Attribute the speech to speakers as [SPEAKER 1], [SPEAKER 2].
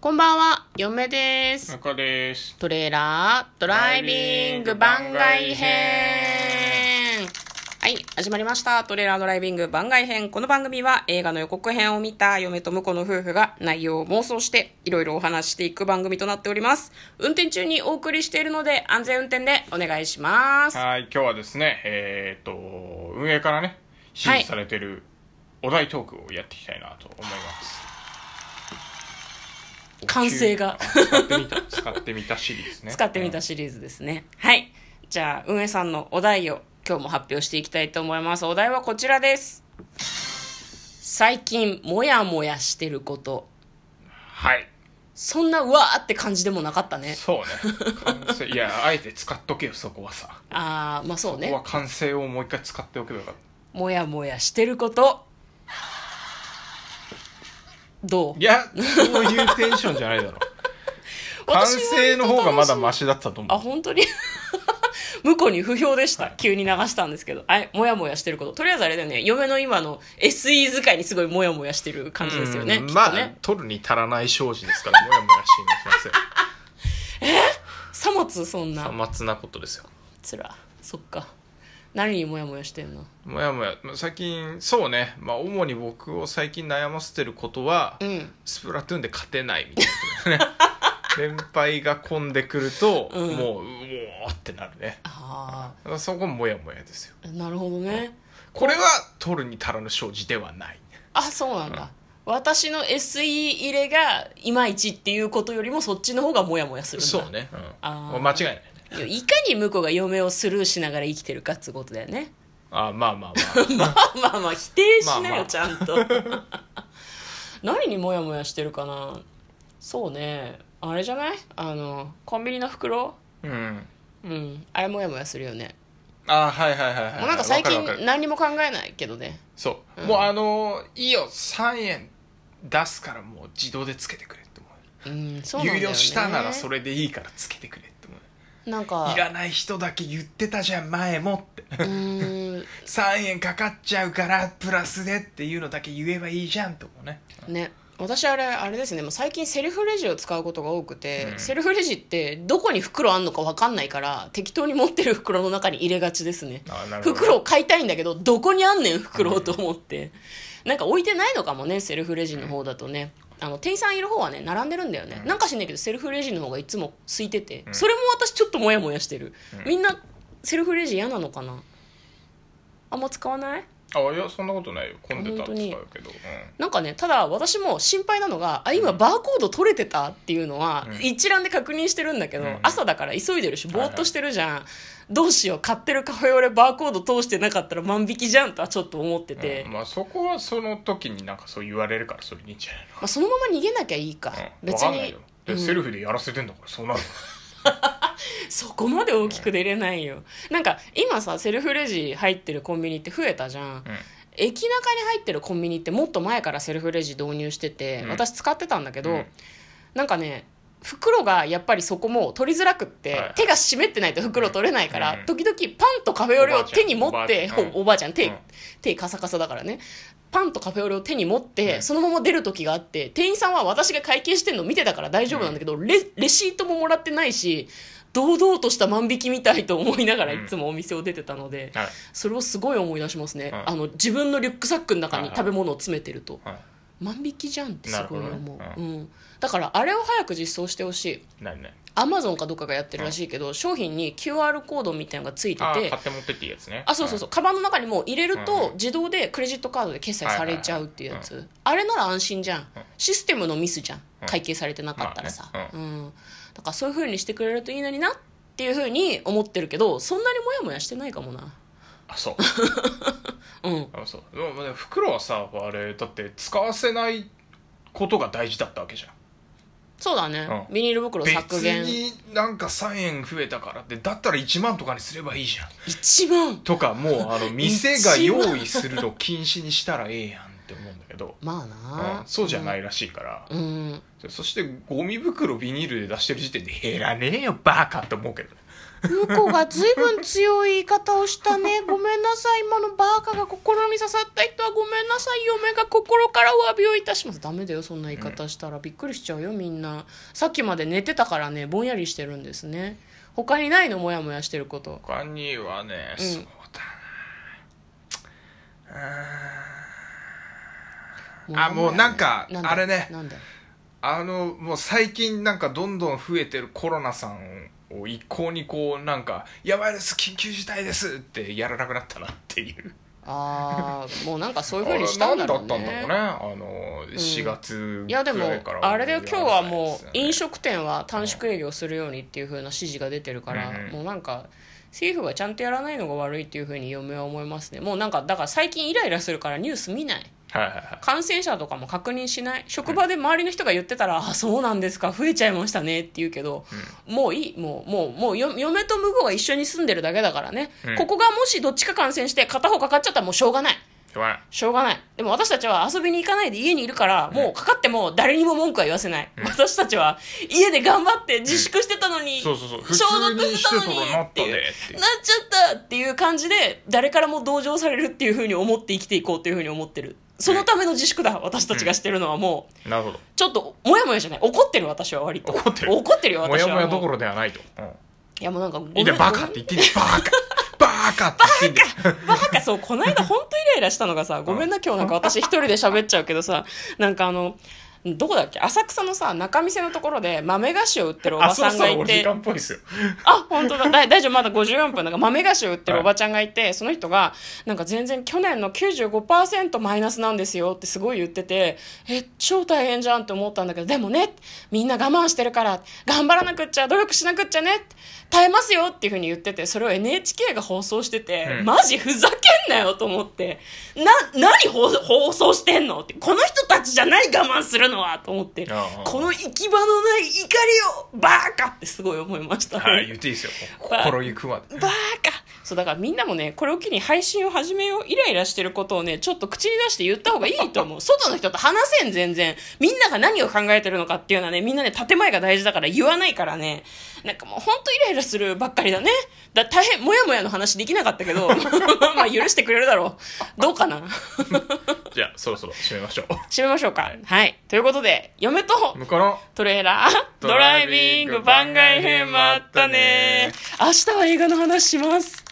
[SPEAKER 1] こんばんは、嫁です。
[SPEAKER 2] 中です。
[SPEAKER 1] トレーラードライビング番外編。はい、始まりました。トレーラードライビング番外編。この番組は映画の予告編を見た嫁と婿の夫婦が内容を妄想していろいろお話ししていく番組となっております。運転中にお送りしているので安全運転でお願いします。
[SPEAKER 2] はい、今日はですね、えーっと、運営からね、指示されてるお題トークをやっていきたいなと思います。
[SPEAKER 1] 完成が
[SPEAKER 2] 急にあ使ってみた、使ってみたシリーズね。
[SPEAKER 1] 使ってみたシリーズですね。はい。じゃあ、運営さんのお題を今日も発表していきたいと思います。お題はこちらです。最近、もやもやしてること。
[SPEAKER 2] はい。
[SPEAKER 1] そんな、うわーって感じでもなかったね。
[SPEAKER 2] そうね。完成。いや、あえて使っとけよ、そこはさ。
[SPEAKER 1] あー、まあそう
[SPEAKER 2] ここは
[SPEAKER 1] ね。
[SPEAKER 2] 完成をもう一回使っておけばよかっ
[SPEAKER 1] もやもやしてること。どう
[SPEAKER 2] た。いや、そういうテンションじゃない だろ。完成の方がまだマ
[SPEAKER 1] シ。
[SPEAKER 2] シだったと思
[SPEAKER 1] あ、
[SPEAKER 2] う。
[SPEAKER 1] 本当に 向こうに不評でした。急に流したんですけど。あれ、もやもやしてること。とりあえずあれだよね。嫁の今の SE 使いにすごいもやもやしてる感じですよね。
[SPEAKER 2] うん
[SPEAKER 1] きっ
[SPEAKER 2] ま
[SPEAKER 1] と
[SPEAKER 2] あ、
[SPEAKER 1] ね。
[SPEAKER 2] 取るに足らない精進ですから、もやもやしていますよ。
[SPEAKER 1] さまつそんな
[SPEAKER 2] さ。まつなことですよ。
[SPEAKER 1] つら。そっか。何にもやもやしてんの
[SPEAKER 2] もやもやまあ最近そうね、まあ、主に僕を最近悩ませてることは、
[SPEAKER 1] うん。
[SPEAKER 2] スプラトゥーンで勝てないみた いな、ね、連敗が込んでくると、
[SPEAKER 1] うん
[SPEAKER 2] もううおーってなるね
[SPEAKER 1] あ
[SPEAKER 2] だからそこもやもやですよ
[SPEAKER 1] あ、なるほどね。
[SPEAKER 2] これは取るに足らぬ障子ではない
[SPEAKER 1] あ、そうなんだ。私の SE 入れがいまいちっていうことよりもそっちの方がもやもやするんだ。
[SPEAKER 2] そうね、うん
[SPEAKER 1] あー
[SPEAKER 2] まあ間違いないね
[SPEAKER 1] いや。いかに向こうが嫁をスルーしながら生きてるかっつうことだよね。
[SPEAKER 2] あーまあまあ まあ
[SPEAKER 1] まあまあまあ否定し
[SPEAKER 2] ま
[SPEAKER 1] な
[SPEAKER 2] あま
[SPEAKER 1] よ
[SPEAKER 2] あ
[SPEAKER 1] ちゃんと 何にモヤモヤしてるかなそうねあれじゃないあのコンビニの袋
[SPEAKER 2] うん
[SPEAKER 1] うんあれモヤモヤするよね
[SPEAKER 2] あーはいはいはいはい
[SPEAKER 1] もうなんか最近
[SPEAKER 2] わるわる
[SPEAKER 1] 何にも考えないけどね
[SPEAKER 2] そう、
[SPEAKER 1] うん
[SPEAKER 2] もうあのーいいよ3円出すからもう自動でつけてくれって思う
[SPEAKER 1] うんそうなんだよ、ね、
[SPEAKER 2] 有料したならそれでいいからつけてくれって思う
[SPEAKER 1] なんか
[SPEAKER 2] いらない人だけ言ってたじゃん前もって
[SPEAKER 1] うーん
[SPEAKER 2] 3円かかっちゃうからプラスでっていうのだけ言えばいいじゃんと思うね
[SPEAKER 1] ね私あれあれですねもう最近セルフレジを使うことが多くて、
[SPEAKER 2] うん
[SPEAKER 1] セルフレジってどこに袋あんのか分かんないから適当に持ってる袋の中に入れがちですね
[SPEAKER 2] あな
[SPEAKER 1] 袋を買いたいんだけどどこにあんねん袋をと思って、なんか置いてないのかもねセルフレジの方だとね、あの店員さんいる方はね並んでるんだよね、
[SPEAKER 2] うん
[SPEAKER 1] なんかしんないけどセルフレジの方がいつも空いてて、
[SPEAKER 2] うん
[SPEAKER 1] それも私ちょっとモヤモヤしてる、
[SPEAKER 2] うん
[SPEAKER 1] みんなセルフレジ嫌なのかなあんま使わない
[SPEAKER 2] あいやそんなことないよ混んでたら使う
[SPEAKER 1] 本
[SPEAKER 2] けど、
[SPEAKER 1] なんかねただ私も心配なのがあ今バーコード取れてたっていうのは
[SPEAKER 2] うん
[SPEAKER 1] 一覧で確認してるんだけど、
[SPEAKER 2] うん
[SPEAKER 1] 朝だから急いでるしぼーっとしてるじゃん、どうしよう買ってるカフェオレバーコード通してなかったら万引きじゃんとはちょっと思って
[SPEAKER 2] うん
[SPEAKER 1] て、
[SPEAKER 2] うん
[SPEAKER 1] ま
[SPEAKER 2] まあ、そこはその時になんかそう言われるからそれにいいんじゃない
[SPEAKER 1] あ、そのまま逃げなきゃいいか、
[SPEAKER 2] の、うん、
[SPEAKER 1] 別
[SPEAKER 2] わかんない
[SPEAKER 1] に
[SPEAKER 2] よで、
[SPEAKER 1] うん
[SPEAKER 2] セルフでやらせてんだからそうなる
[SPEAKER 1] そこまで大きく出れないよなんか今さセルフレジ入ってるコンビニって増えたじゃん、
[SPEAKER 2] うん
[SPEAKER 1] 駅中に入ってるコンビニってもっと前からセルフレジ導入してて、
[SPEAKER 2] うん
[SPEAKER 1] 私使ってたんだけど、
[SPEAKER 2] うん
[SPEAKER 1] なんかね袋がやっぱりそこも取りづらくって、
[SPEAKER 2] はい
[SPEAKER 1] 手が湿ってないと袋取れないから、
[SPEAKER 2] うん
[SPEAKER 1] 時々パンとカフェオレを手に持って
[SPEAKER 2] おばあちゃんうん
[SPEAKER 1] おおばあちゃん手,、
[SPEAKER 2] うん
[SPEAKER 1] 手カサカサだからねパンとカフェオレを手に持って、
[SPEAKER 2] うん
[SPEAKER 1] そのまま出る時があって店員さんは私が会計してるの見てたから大丈夫なんだけど、レレシートももらってないし堂々とした万引きみたいと思いながら
[SPEAKER 2] うん
[SPEAKER 1] いつもお店を出てたので、
[SPEAKER 2] はい、
[SPEAKER 1] それをすごい思い出しますね、
[SPEAKER 2] うん
[SPEAKER 1] あの自分のリュックサックの中に
[SPEAKER 2] はいはい
[SPEAKER 1] 食べ物を詰めてると、
[SPEAKER 2] はい、
[SPEAKER 1] 万引きじゃんってすごい
[SPEAKER 2] なる
[SPEAKER 1] 思
[SPEAKER 2] ほ
[SPEAKER 1] う、
[SPEAKER 2] どね
[SPEAKER 1] う
[SPEAKER 2] うん
[SPEAKER 1] だからあれを早く実装してほしい
[SPEAKER 2] ないない
[SPEAKER 1] アマゾンかどっかがやってるらしいけど、商品に QR コードみたいなのがついて
[SPEAKER 2] あ
[SPEAKER 1] て
[SPEAKER 2] 買って持ってっていいやつね
[SPEAKER 1] あそうそうそう、カバンの中にもう入れる
[SPEAKER 2] うん
[SPEAKER 1] と
[SPEAKER 2] うん
[SPEAKER 1] 自動でクレジットカードで決済されちゃうっていうやつ、あれなら安心じゃん、システムのミスじゃん
[SPEAKER 2] うん
[SPEAKER 1] 会計されてなかったらさ、
[SPEAKER 2] まあね
[SPEAKER 1] うんだからそういうふうにしてくれるといいのになっていうふうに思ってるけどそんなにモヤモヤしてないかもな
[SPEAKER 2] あそう
[SPEAKER 1] うん
[SPEAKER 2] あそうでもでも袋はさあれだって使わせないことが大事だったわけじゃん
[SPEAKER 1] そうだね、
[SPEAKER 2] うん
[SPEAKER 1] ビニール袋削減
[SPEAKER 2] 別になんか3円増えたからってだったら1万とかにすればいいじゃん
[SPEAKER 1] 1万
[SPEAKER 2] とかもうあの店が用意するの禁止にしたらええやんって思うんだけけど、
[SPEAKER 1] まあな、
[SPEAKER 2] うんそうじゃないらしいから、
[SPEAKER 1] うん
[SPEAKER 2] そしてゴミ袋ビニールで出してる時点で減らねえよバカって思うけどね
[SPEAKER 1] 向こうが随分強い言い方をした ねごめんなさい今のバーカが心に刺さった人はごめんなさい嫁が心からお詫びをいたしますダメだよそんな言い方したらびっくりしちゃうよみんなさっきまで寝てたからねぼんやりしてるんですね他にないのモヤモヤしてること
[SPEAKER 2] 他にはね、
[SPEAKER 1] うん
[SPEAKER 2] そうだなあもうなんか
[SPEAKER 1] だ
[SPEAKER 2] あれね
[SPEAKER 1] なんだ
[SPEAKER 2] あーあのもう最近なんかどんどん増えてるコロナさんを一向にこうなんか「やばいです緊急事態です」ってやらなくなったなっていう
[SPEAKER 1] あーもうなんかそういうふう
[SPEAKER 2] 何
[SPEAKER 1] にしたんだ
[SPEAKER 2] だ
[SPEAKER 1] ろ
[SPEAKER 2] っ
[SPEAKER 1] う
[SPEAKER 2] たん
[SPEAKER 1] ね
[SPEAKER 2] だろうね あの4月
[SPEAKER 1] い
[SPEAKER 2] ぐ
[SPEAKER 1] やでも
[SPEAKER 2] らいから
[SPEAKER 1] あれで今日はもう飲
[SPEAKER 2] 食
[SPEAKER 1] 食店は短縮営業するようにっていう風な指示が出てるから、
[SPEAKER 2] うんうん
[SPEAKER 1] もうなんか政府がちゃんとやらないのが悪いっていう風に嫁は思いますねもうなんかだから最近イライラするからニュース見ない
[SPEAKER 2] はいはいはい
[SPEAKER 1] 感染者とかも確認しない職場で周りの人が言ってたら「あそうなんですか増えちゃいましたね」って言うけど、もういいもうもうもうよ嫁と婿が一緒に住んでるだけだからね、
[SPEAKER 2] うん
[SPEAKER 1] ここがもしどっちか感染して片方かかっちゃったらもうしょうがない
[SPEAKER 2] しょうがない
[SPEAKER 1] しょうがないでも私たちは遊びに行かないで家にいるからもうかかっても誰にも文句は言わせない、私たちは家で頑張って自粛してたのに、
[SPEAKER 2] そうそうそう普
[SPEAKER 1] 消
[SPEAKER 2] 通
[SPEAKER 1] 毒
[SPEAKER 2] に
[SPEAKER 1] した
[SPEAKER 2] して
[SPEAKER 1] の
[SPEAKER 2] た
[SPEAKER 1] に
[SPEAKER 2] らなっ
[SPEAKER 1] って
[SPEAKER 2] た
[SPEAKER 1] いう
[SPEAKER 2] ねって
[SPEAKER 1] な
[SPEAKER 2] いう
[SPEAKER 1] っちゃったっていう感じで誰からも同情されるっていうふうに思って生きていこうっていうふうに思ってるそのための自粛だ私たちがしてるのはもう
[SPEAKER 2] なるほど
[SPEAKER 1] ちょっともやもやじゃない怒ってる私は割と
[SPEAKER 2] 怒ってる
[SPEAKER 1] 怒ってるよ
[SPEAKER 2] も
[SPEAKER 1] 私
[SPEAKER 2] や
[SPEAKER 1] は
[SPEAKER 2] もやど
[SPEAKER 1] も
[SPEAKER 2] こ
[SPEAKER 1] う
[SPEAKER 2] ろではないと、うん
[SPEAKER 1] いやもうなんかご
[SPEAKER 2] いいねバカって言ってんねバカバカって言ってんね
[SPEAKER 1] バカそうこの間本当イライラしたのがさごめんな今日なんか私一人で喋っちゃうけどさなんかあのどこだっけ浅草のさ仲見世のところで豆菓子を売ってるおば
[SPEAKER 2] あ、
[SPEAKER 1] さ
[SPEAKER 2] そうんそ
[SPEAKER 1] が
[SPEAKER 2] う、
[SPEAKER 1] い
[SPEAKER 2] お時
[SPEAKER 1] て
[SPEAKER 2] 間っぽいですよ。
[SPEAKER 1] あ本当だだ大丈夫まだ54分だから豆菓子を売ってるおばちゃんがいて、その人がなんか全然去年の95%マイナスなんですよってすごい言っててえ超大変じゃんって思ったんだけどでもねみんな我慢してるから頑張らなくっちゃ努力しなくっちゃね耐えますよっていうふうに言っててそれを NHK が放送してて、
[SPEAKER 2] うん
[SPEAKER 1] マジふざけんなよと思ってな何放放送してんのってこの人たちじゃない我慢するのはと思って
[SPEAKER 2] ああ
[SPEAKER 1] この行き場のない怒りをバカってすごい思いましたね。
[SPEAKER 2] はい、言っていいですよ。心ゆくまで。
[SPEAKER 1] バーカそうだからみんなもねこれを機に配信を始めようイライラしてることをねちょっと口に出して言った方がいいと 思う外の人と話せん全然みんなが何を考えてるのかっていうのはねみんなね建前が大事だから言わないからねなんかもうほんとイライラするばっかりだねだ大変もやもやの話できなかったけど まあ許してくれるだろうどう かな
[SPEAKER 2] じゃあ、そろそろ締めましょう。
[SPEAKER 1] 締めましょうかはい、ということで嫁と
[SPEAKER 2] 向こうの、
[SPEAKER 1] トレーラードライビング番外編もあったね明日は映画の話します